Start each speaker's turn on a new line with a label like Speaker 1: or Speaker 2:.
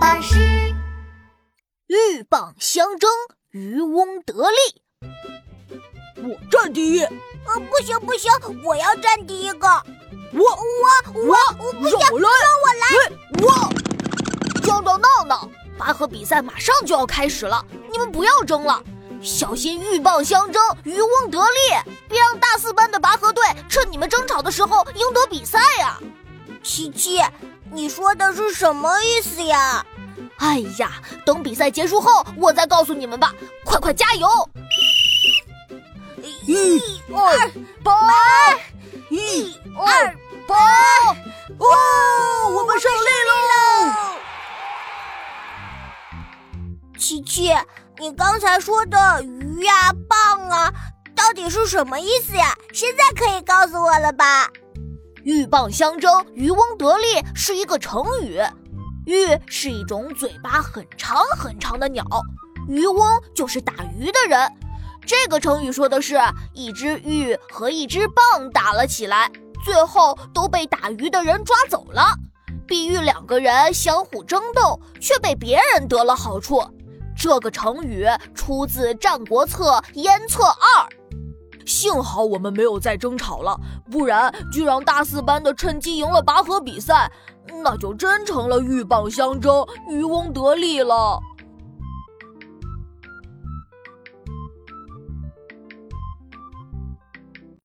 Speaker 1: 巴士，
Speaker 2: 鹬蚌相争，渔翁得利。
Speaker 3: 我占第一，
Speaker 1: 呃，不行不行，我要占第一个。
Speaker 3: 我
Speaker 1: 我我我不行，
Speaker 3: 让我来，
Speaker 2: 让我来。我，嚷嚷闹闹，拔河比赛马上就要开始了，你们不要争了，小心鹬蚌相争，渔翁得利，别让大四班的拔河队趁你们争吵的时候赢得比赛呀、啊。
Speaker 1: 琪琪，你说的是什么意思呀？
Speaker 2: 哎呀，等比赛结束后我再告诉你们吧，快快加油！
Speaker 1: 一二八，
Speaker 3: 一
Speaker 1: 二八，
Speaker 3: 哦，我们胜利喽！
Speaker 1: 琪琪，你刚才说的鱼呀、啊、棒啊，到底是什么意思呀？现在可以告诉我了吧？
Speaker 2: 鹬蚌相争，渔翁得利是一个成语。鹬是一种嘴巴很长很长的鸟，渔翁就是打鱼的人。这个成语说的是一只鹬和一只蚌打了起来，最后都被打鱼的人抓走了，比喻两个人相互争斗却被别人得了好处。这个成语出自《战国策·燕策二》。
Speaker 3: 幸好我们没有再争吵了，不然就让大四班的趁机赢了拔河比赛，那就真成了鹬蚌相争、渔翁得利了。